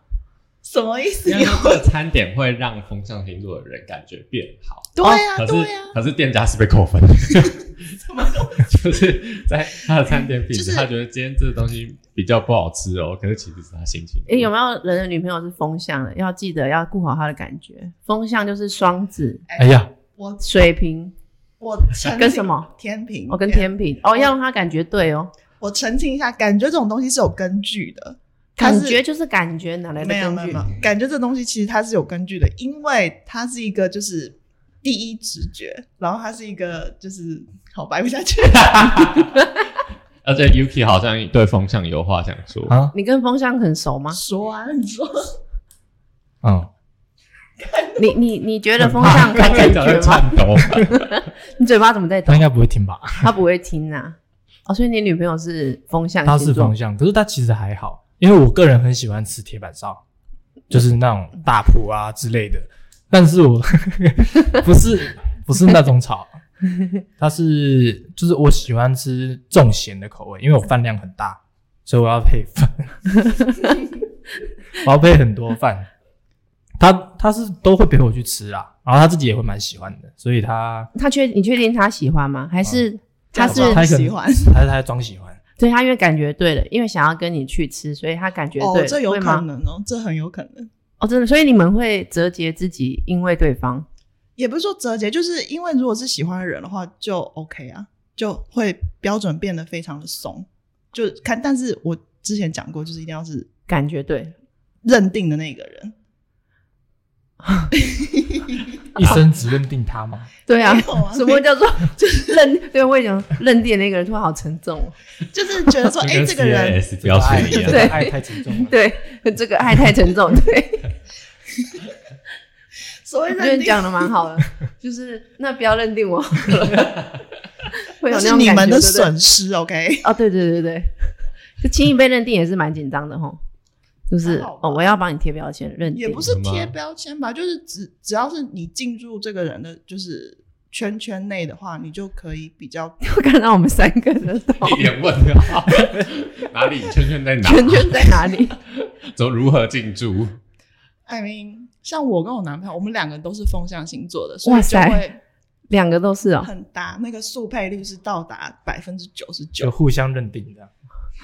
S3: 什么意思？
S2: 因为
S1: 哦
S2: 这个餐点会让风象星座的人感觉变好，
S3: 对呀、
S2: 可是、
S3: 啊对呀、
S2: 可是店家是被扣 分的， 就是在他的餐点品质，
S3: 就是
S2: 他觉得今天这个东西比较不好吃哦，可是其实是他心情。
S1: 诶，有没有人的女朋友是风象的？要记得要顾好她的感觉。风象就是双子，
S4: 哎呀，
S3: 我
S1: 水平
S3: 我澄
S1: 啊跟
S3: 清
S1: 什么
S3: 天平？
S1: 哦，跟天平哦，要让他感觉对哦，
S3: 我澄清一下，感觉这种东西是有根据的，它
S1: 感
S3: 是
S1: 觉就是感觉哪来的
S3: 没有
S1: 根
S3: 没有
S1: 据
S3: 没？有，感觉这东西其实它是有根据的，因为它是一个就是第一直觉，然后它是一个就是好白不下去，
S2: 而且 Yuki 好像对风向有话想说，
S4: 啊，
S1: 你跟风向很熟 吗？
S3: 说啊你说，
S4: 嗯，
S1: 你你你觉得风向看感
S2: 讲在
S1: 觉吗？
S2: 颤 抖。
S3: 哎
S1: 你嘴巴怎么在抖
S4: 他应？该不会听吧？
S1: 他不会听啊。哦，所以你女朋友是风象
S4: 他是
S1: 星座
S4: 方向，可是他其实还好，因为我个人很喜欢吃铁板烧，就是那
S3: 嗯
S4: 种大铺啊之类的。但是我 不是不是那 种炒，它是就是我喜欢吃重咸的口味，因为我饭量很大，所以我要配 饭，我要配很多饭。他他是都会陪我去吃啦，然后他自己也会蛮喜欢的，所以他
S1: 他确你确定他喜欢吗？还
S4: 哦
S1: 是他是
S4: 他可能
S3: 喜欢
S4: 还是他在装 喜欢。
S1: 对他因为感觉对了，因为想要跟你去吃，所以他感觉对
S3: 哦
S1: 了，
S3: 这有
S1: 会
S3: 可
S1: 吗？
S3: 能哦，这很有可能。
S1: 哦，真的，所以你们会折节自己，因为对方
S3: 也不是说折节，就是因为如果是喜欢的人的话，就 OK 啊，就会标准变得非常的松，就看。但是我之前讲过，就是一定要是
S1: 感觉对，
S3: 认定的那个人。
S4: 一生只认定他吗？
S1: 对 啊
S3: 没有啊，
S1: 什么叫做 就是认？对我也讲认定那个人突然好沉重哦，
S3: 就是觉得说，哎、
S2: 跟
S3: 这个人
S2: CAS 标
S4: 爱
S2: 签一
S4: 这
S2: 样，
S4: 个爱太沉重了。
S1: 对，这个爱太沉 重，对，
S3: 所谓
S1: 我觉得
S3: 认
S1: 你
S3: 定，
S1: 讲的蛮好的，就是那不要认定 我好了，会有那
S3: 那是
S1: 种
S3: 你
S1: 感觉
S3: 们的
S1: 对不对
S3: 损失。OK，
S1: 啊，对对对对，就轻易被认定也是蛮紧张的吼，就是
S3: 还好吧
S1: 哦，我要帮你贴标签，认定
S3: 也不是
S2: 什么
S3: 贴标签吧，就是只只要是你进入这个人的就是圈圈内的话，你就可以比较
S1: 我看到我们三个人的头
S2: 一点问号，哪里圈圈在哪？
S1: 圈圈在哪里？
S2: 怎么如何进驻？
S3: I mean，像我跟我男朋友，我们两个都是风象星座的，所
S1: 哇
S3: 以就
S1: 塞
S3: 会
S1: 两个都 是哦，
S3: 很搭。那个速配率是到达百分之九十
S4: 就
S3: 九，
S4: 互相认定这样。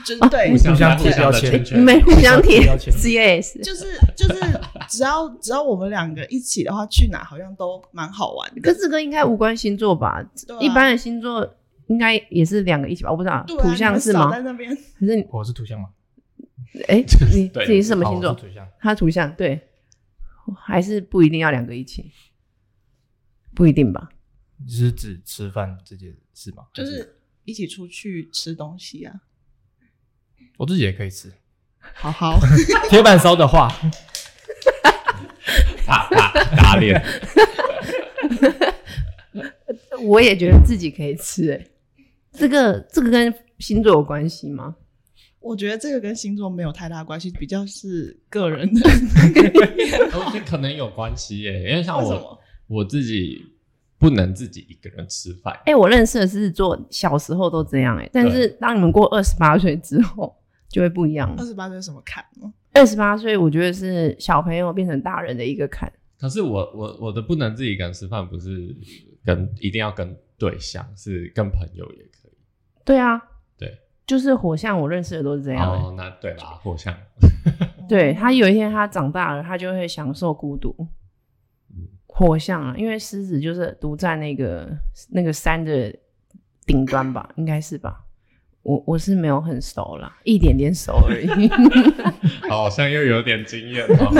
S3: 就是对，
S2: 互相
S4: 互
S2: 互相
S4: 相贴标
S2: 的
S4: 签
S2: 圈
S1: 你
S2: 圈，
S1: 们互相贴
S4: 标签
S1: CS，
S3: 就是就是只要只要我们两个一起的话，去哪好像都蛮好玩的。
S1: 跟这个应该无关星座吧？
S3: 对啊
S1: 一般的星座应该也是两个一起吧？我不知道，
S3: 对啊
S1: 土象是
S3: 你们
S1: 吗
S3: 少在？那边
S1: 可是你
S4: 我是图像吗？
S1: 哎， 你
S2: 对
S1: 自己是什么
S4: 哦
S1: 星座
S4: 我是？土象。
S1: 他土象对，还是不一定要两个一起？不一定吧？
S4: 你是指吃饭这件事吗？
S1: 嗯
S3: 就
S4: 还
S3: 是一起出去吃东 西啊，
S4: 我自己也可以吃
S3: 好好。
S4: 铁板烧的话，
S2: 啪啪 打脸。
S1: 我也觉得自己可以吃、欸，这个这个跟星座有关系吗？
S3: 我觉得这个跟星座没有太大关系，比较是个人的。
S2: 我觉得哦可能有关系耶，因为 像
S3: 为什
S2: 我
S3: 么
S2: 我自己不能自己一个人吃饭，
S1: 哎、我认识的狮子座小时候都这样、欸，哎，但是当你们过二十八岁之后就会不一样
S3: 二
S1: 了。
S3: 十八岁什么坎吗？
S1: 二十八岁，我觉得是小朋友变成大人的一个坎。
S2: 可是我我我的不能自己一个人吃饭，不是跟一定要跟对象，是跟朋友也可以。
S1: 对啊，
S2: 对，
S1: 就是火象，我认识的都是这样、欸。
S2: 哦，那对吧？火象，
S1: 对他有一天他长大了，他就会享受孤独。
S4: 嗯
S1: 火象啊，因为狮子就是独占那个那个山的顶端吧，应该是吧？我我是没有很熟啦，一点点熟而已。
S2: 好像又有点经验哦。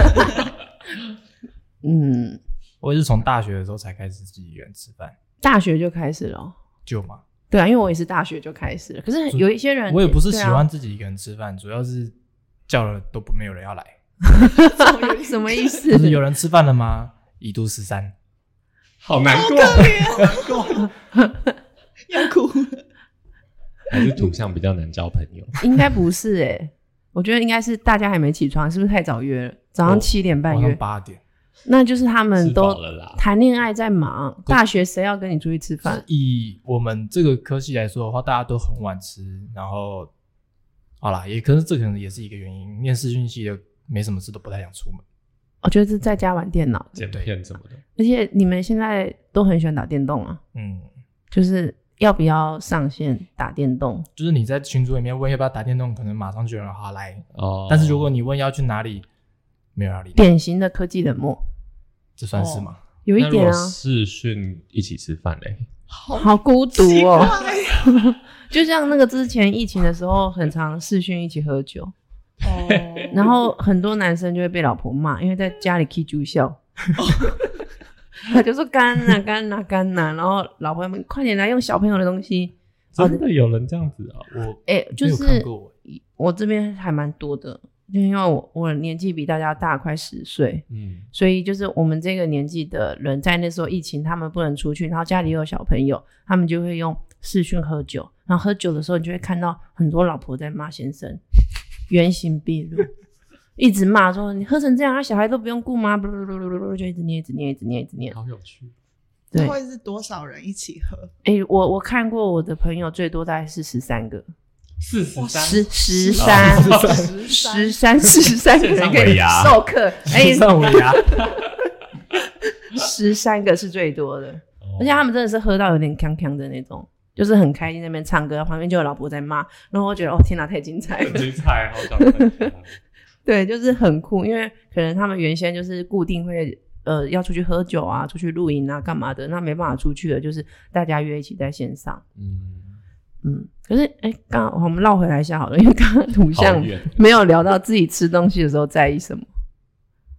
S1: 嗯，
S4: 我也是从大学的时候才开始自己一个人吃饭，
S1: 大学就开始了哦。
S4: 就嘛。
S1: 对啊，因为我也是大学就开始了，可是有一些人
S4: 我也不是
S1: 对
S4: 喜
S1: 啊
S4: 欢自己一个人吃饭，主要是叫了都不没有人要来，
S1: 什么意思
S4: 就？是有人吃饭了吗？一度十三，
S2: 好难过，
S3: 要哭了。
S2: 还是土象比较难交朋友。
S1: 应该不是哎、我觉得应该是大家还没起床，是不是太早约了？早上
S4: 我
S1: 七点半
S4: 晚
S1: 约
S4: 上，八点。
S1: 那就是他们
S2: 吃
S1: 都
S2: 饱了啦，
S1: 谈恋爱在忙，大学谁要跟你出去吃
S4: 就是
S1: 饭？
S4: 以我们这个科系来说的话，大家都很晚吃，然后好啦，也可能这可能也是一个原因。念视讯系的没什么事都不太想出门，
S1: 我觉得是在家玩电脑，
S2: 剪片什么的。
S1: 而且你们现在都很喜欢打电动啊，
S4: 嗯，
S1: 就是要不要上线打电动？
S4: 就是你在群组里面问要不要打电动，可能马上就有人好来。
S2: 哦，
S4: 但是如果你问要去哪里，没有人要理你，
S1: 典型的科技冷漠，
S4: 这算是吗？
S1: 有一
S2: 那如
S1: 点
S2: 果
S1: 啊，
S2: 视讯一起吃饭哎嘞，
S3: 好
S1: 好孤独
S3: 奇怪
S1: 哦。 就像那个之前疫情的时候，很常视讯一起喝酒，
S3: 哦。
S1: 然后很多男生就会被老婆骂，因为在家里 K 住
S4: 哦
S1: 笑。 他就说干呐、干呐、干呐、然后老婆们快点来用小朋友的东西。
S2: 真的有人这样子啊？
S4: 我
S1: 哎、就
S4: 没有看
S1: 是
S4: 过欸
S1: 我这边还蛮多的，就因为我我年纪比大家大快十岁，
S2: 嗯，
S1: 所以就是我们这个年纪的人，在那时候疫情，他们不能出去，然后家里又有小朋友，他们就会用视讯喝酒。然后喝酒的时候，你就会看到很多老婆在骂先生，原形毕露，一直骂说你喝成这样，他小孩都不用顾吗？不不不不不，就一直念，一直念，一直念，一直念。
S2: 好有趣。
S1: 对，
S3: 会是多少人一起喝？
S1: 哎，我我看过我的朋友最多大概是十三个，
S2: 四十
S1: 十
S2: 三，
S1: 十三。十三十三个人可以授 课，哎
S4: 哎，， 上尾牙，
S1: 十三个是最多的。
S2: 哦
S1: 而且他们真的是喝到有点康康的那种，就是很开心在那边唱歌，旁边就有老婆在骂，然后我觉得哦天哪、太精彩
S2: 很
S1: 了，
S2: 精彩，好想看一下。
S1: 对，就是很酷，因为可能他们原先就是固定会呃要出去喝酒啊，出去露营啊，干嘛的，那没办法出去了，就是大家约一起在线上，
S2: 嗯，
S1: 嗯，可是哎，刚、好我们绕回来一下好了，因为刚刚图
S2: 好
S1: 像
S2: 远。
S1: 没有聊到自己吃东西的时候在意什么，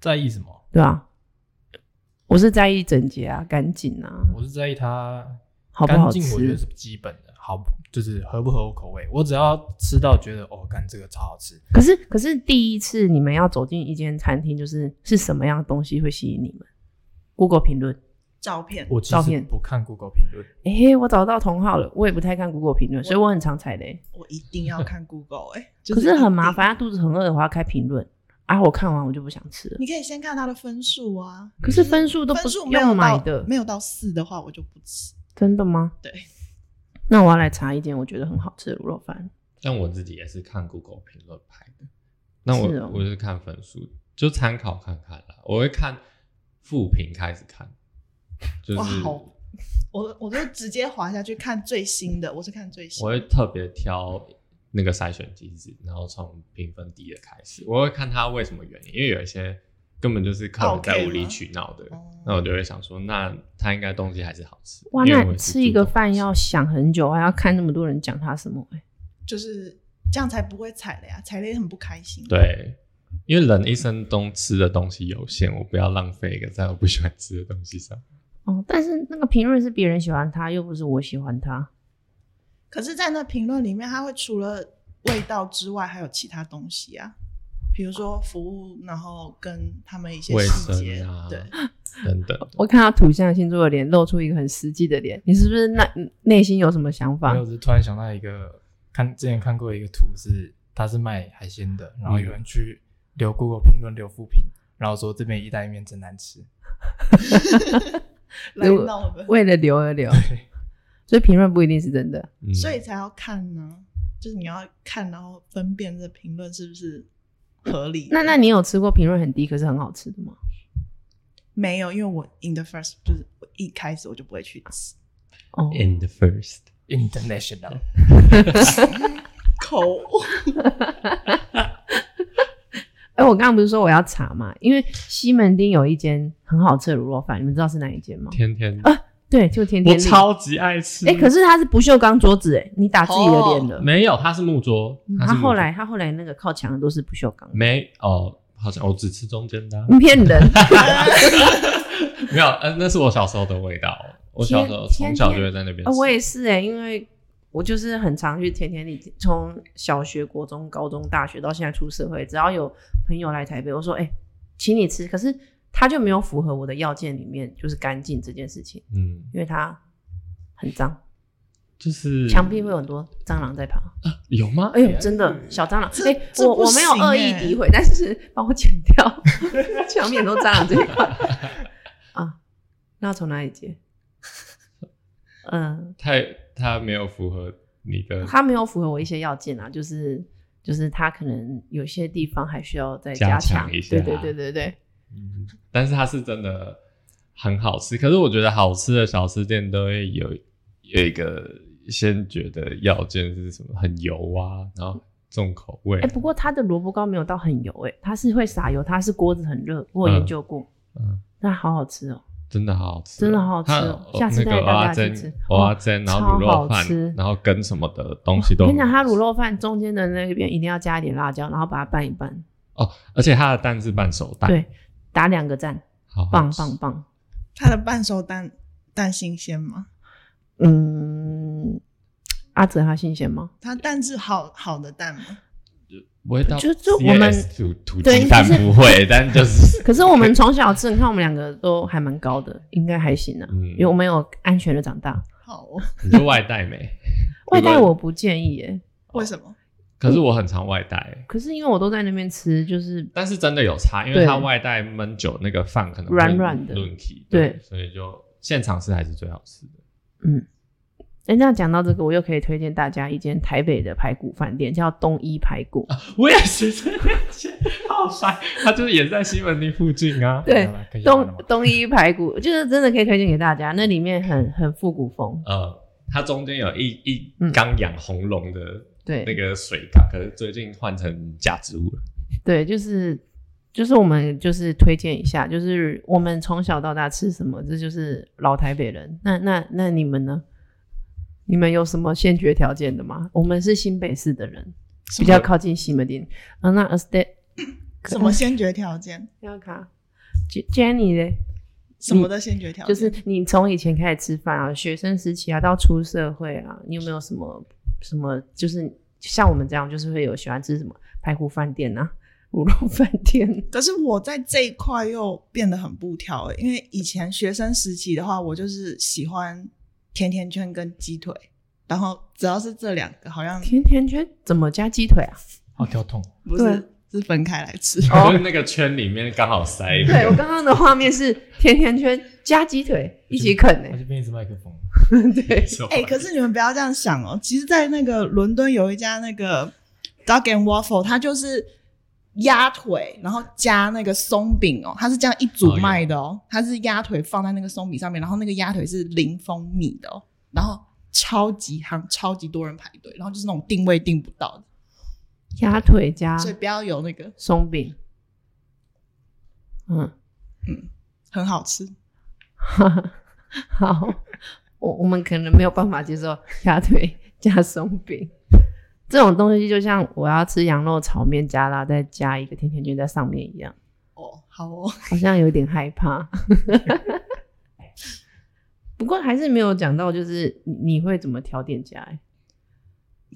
S4: 在意什么？
S1: 对吧、我是在意整洁啊，干净啊，
S4: 我是在意它
S1: 好不
S4: 干
S1: 好
S4: 净，我觉得
S1: 吃
S4: 是，基本的，好就是合不合我口味。我只要吃到觉得哦，干这个超好吃，
S1: 可是，可是第一次你们要走进一间餐厅，就是是什么样的东西会吸引你们？Google 评论，
S3: 照片
S4: 我其
S1: 照
S4: 实
S1: 片
S4: 不看 Google 评论，
S1: 诶、我找到同号了。我也不太看 Google 评论，所以我很常踩雷。
S3: 我一定要看 Google 哎、就
S1: 可
S3: 一
S1: 是
S3: 定
S1: 很麻烦，啊，肚子很饿的话要开评论啊，我看完我就不想吃了。
S3: 你可以先看它的分数啊，
S1: 可是分数都不
S3: 分数没有
S1: 用买
S3: 到
S1: 的，
S3: 没有到四的话，我就不吃。
S1: 真的吗？
S3: 对。
S1: 那我要来查一间我觉得很好吃的卤肉饭。
S2: 但我自己也是看 Google 评论排的，那我
S1: 是哦
S2: 我是看分数，就参考看看啦。我会看复评开始看，就是
S3: 哇，好，我我就直接滑下去看最新的，我是看最新
S2: 我
S3: 的。
S2: 会特别挑那个筛选机制，然后从评分低的开始，我会看他为什么原因，因为有一些根本就是客人
S3: OK
S2: 在无理
S3: 吗
S2: 取闹的，
S3: 哦
S2: 那我就会想说，那他应该东西还是好吃。
S1: 哇，
S2: 因为
S1: 那
S2: 我也是
S1: 吃一个
S2: 注重
S1: 饭
S2: 吃
S1: 要想很久，还要看那么多人讲它什么、欸。
S3: 就是这样才不会踩雷啊，踩雷很不开心。，
S2: 对，因为人一生中吃的东西有限，我不要浪费一个在我不喜欢吃的东西上。
S1: 哦，但是那个评论是别人喜欢它，又不是我喜欢它。
S3: 可是，在那评论里面，它会除了味道之外，还有其他东西啊，比如说服务，然后跟他们一些
S2: 卫
S3: 细节，
S2: 生啊
S3: 对，
S2: 等等。
S1: 我看到图像星座的脸，露出一个很实际的脸，你是不是那内心有什么想法
S4: 没？有，只是突然想到一个，看之前看过一个图是，它是卖海鲜的，
S1: 嗯
S4: 然后有人去留 Google 评论留负评，然后说这边意大利面真难吃，
S3: 来
S1: 如果
S3: 闹的，
S2: 嗯
S1: 为了留而留，
S4: 对，
S1: 所以评论不一定是真的。
S2: 嗯
S3: 所以才要看呢、就是你要看，然后分辨这评论是不是合理的。
S1: 那那你有吃过评论很低可是很好吃的吗？
S3: 没有，因为我 in the first 就是我一开始我就不会去吃，
S1: 哦，
S2: in the first，
S4: international，
S3: 口误
S1: 哎、我刚刚不是说我要查嘛？因为西门町有一间很好吃的卤肉饭，你们知道是哪一间吗？
S2: 天天，
S1: 对，就天
S2: 我
S1: 天利。
S2: 超级爱吃。
S1: 哎、可是它是不锈钢桌子，哎，你打自己的脸了。
S2: 哦没有，它是木桌
S1: 嗯，
S2: 它是
S1: 他
S2: 木桌
S1: 后来他后来那个靠墙的都是不锈钢的，
S2: 没哦，好像我只吃中间的啊、
S1: 你骗人。
S2: 没有，呃，那是我小时候的味道。我小时候
S1: 天
S2: 从小就会在那边
S1: 啊，
S2: 吃。
S1: 我也是哎、因为我就是很常去甜甜里，从小学、国中、高中、大学到现在出社会，只要有朋友来台北，我说哎、请你吃，可是他就没有符合我的要件里面，就是干净这件事情，
S2: 嗯，
S1: 因为它很脏，
S2: 就是
S1: 墙壁会有很多蟑螂在爬。
S2: 有吗？
S1: 哎呦，真的小蟑螂！
S3: 这
S1: 哎、
S3: 这
S1: 我
S3: 不
S1: 我没有
S3: 行
S1: 恶意
S3: 哎
S1: 诋毁，但是 帮我剪掉墙壁很多蟑螂这一块啊。那从哪里接？嗯，
S2: 太它没有符合你的
S1: 它没有符合我一些要件啊，就是就是它可能有些地方还需要再
S2: 加强
S1: 强
S2: 一下
S1: 对对对对对，
S2: 嗯，但是它是真的很好吃。可是我觉得好吃的小吃店都会有有一个先觉得要件是什么，很油啊，然后重口味。
S1: 哎、不过它的萝卜糕没有到很油、哎，它是会撒油，它是锅子很热，我有研究过，
S2: 嗯，
S1: 那好好吃哦、
S2: 真的好好吃哦，
S1: 真的好好吃哦
S2: 它
S1: 下次
S2: 那
S1: 带
S2: 个
S1: 大家
S2: 蚵仔
S1: 去
S2: 煎
S1: 吃，哦
S2: 蚵仔煎，然后卤
S1: 超
S2: 肉
S1: 好吃
S2: 饭，然后跟什么的东西都
S1: 我跟
S2: 很
S1: 你
S2: 好
S1: 讲，
S2: 吃。
S1: 它卤肉饭中间的那边一定要加一点辣椒，然后把它拌一拌，
S2: 哦，而且它的蛋是半熟蛋，
S1: 对，打两个赞，
S2: 好好
S1: 棒
S2: 吃
S1: 棒棒。
S3: 它的半熟蛋蛋新鲜吗？
S1: 嗯，阿哲他新鲜吗？
S3: 它蛋是好好的蛋吗？
S2: 不会到
S1: 就就我们
S2: CS 土土
S1: 对
S2: 鸡蛋
S1: 就是
S2: 不会， 但 就是
S1: 可是我们从小吃，你看我们两个都还蛮高的，应该还行啊，
S2: 嗯
S1: 因为我们有安全的长大。
S3: 好哦，
S2: 你就外带没？
S1: 外带
S2: 如果
S1: 我不建议耶，
S3: 为什么？
S2: 可是我很常外带，
S1: 可是因为我都在那边吃，就是
S2: 但是真的有差，因为
S1: 对
S2: 它外带焖久那个饭可能会
S1: 软软的
S2: 论起，
S1: 对
S2: 所以就现场吃还是最好吃的。
S1: 哎，那讲到这个，我又可以推荐大家一间台北的排骨饭店，叫东一排骨。
S2: 我也是这样觉得，好烦，它就是也是在西门町附近啊。
S1: 对，
S4: 可以讲
S1: 东
S4: 了吗
S1: 东一排骨 就是真的可以推荐给大家，那里面很很复古风，
S2: 呃，它中间有一一
S1: 嗯
S2: 缸养红龙的
S1: 对，
S2: 那个水缸，可是最近换成假植物了。
S1: 对，就是就是我们就是推荐一下，就是我们从小到大吃什么，这就是老台北人。那那那你们呢？你们有什么先决条件的吗？我们是新北市的人，比较靠近西门町。啊，那 a s t a
S3: 什么先决条件？
S1: 要卡？J- Jenny 嘞，
S3: 什么的先决条
S1: 嗯就
S3: 件？
S1: 是你从以前开始吃饭啊，学生时期啊，到出社会啊，你有没有什么什么？就是像我们这样，就是会有喜欢吃什么排骨饭店啊、卤肉饭店。
S3: 可是我在这一块又变得很不挑、欸，因为以前学生时期的话，我就是喜欢甜甜圈跟鸡腿，然后只要是这两个，好像
S1: 甜甜圈怎么加鸡腿啊？
S4: 好跳痛，
S3: 不
S1: 对
S3: 是是分开来吃。
S1: 哦
S2: 就是那个圈里面刚好塞一
S1: 对我
S2: 个，
S1: 刚刚的画面是甜甜圈加鸡腿一起啃呢、
S4: 它就变一支麦克风。
S1: 对，
S3: 哎、可是你们不要这样想哦。其实，在那个伦敦有一家那个 Dog and Waffle，它就是鸭腿，然后加那个松饼哦，它是这样一组
S2: 哦
S3: 卖的哦。它是鸭腿放在那个松饼上面，然后那个鸭腿是零蜂蜜的哦，然后超级夯，超级多人排队，然后就是那种定位定不到的，
S1: 鸭腿加
S3: 所以不要有那个
S1: 松饼。嗯，
S3: 很好吃。
S1: 哈哈，好， 我我们可能没有办法接受鸭腿 加松饼这种东西，就像我要吃羊肉炒面加辣，再加一个甜甜圈在上面一样，
S3: 哦，好哦，
S1: 好像有点害怕。 不过还是没有讲到，就是你你会怎么挑店家、欸？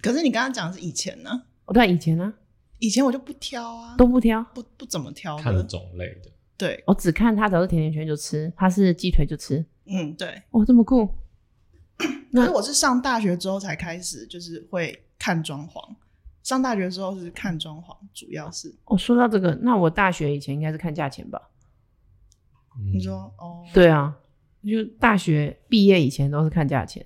S3: 可是你刚刚讲的是以前呢？
S1: 哦，对啊、以前呢、
S3: 以前我就不挑啊，
S1: 都不挑，
S3: 不不怎么挑
S2: 看
S3: 的。
S2: 种类的，
S3: 对，
S1: 我只看他只要是甜甜圈就吃，他是鸡腿就吃，
S3: 嗯，对。
S1: 哇、哦这么酷！那
S3: 可是我是上大学之后才开始，就是会看装潢。上大学之后是看装潢，主要是
S1: 哦，说到这个，那我大学以前应该是看价钱吧？
S2: 嗯
S3: 你说哦，，
S1: 对啊，就大学毕业以前都是看价钱。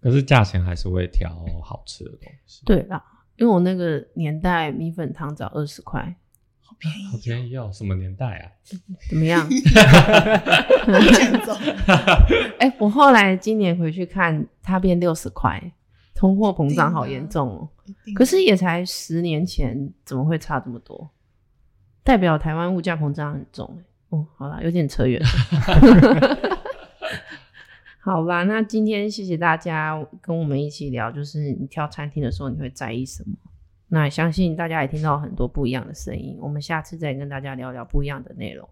S2: 可是价钱还是会挑好吃的东西，，
S1: 对啦，因为我那个年代米粉汤只要二十块，
S3: 好便
S2: 好
S3: 宜，
S2: 便宜哦，什么年代啊？
S1: 怎么样？
S3: 一千走。
S1: 哎、我后来今年回去看，它变六十块，通货膨胀好严重哦、
S3: 一定
S1: 可是也才十年前，怎么会差这么多？代表台湾物价膨胀很重、欸。哦，好啦，有点扯远了。 好吧，那今天谢谢大家跟我们一起聊，就是你挑餐厅的时候你会在意什么？那也相信大家也听到很多不一样的声音，我们下次再跟大家聊聊不一样的内容。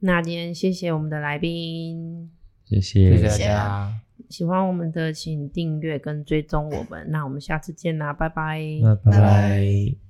S1: 那今天谢谢我们的来宾，
S2: 谢谢
S4: 谢谢大
S3: 谢
S4: 家，
S1: 喜欢我们的请订阅跟追踪我们，那我们下次见啦，拜拜。
S2: 那
S3: 拜拜。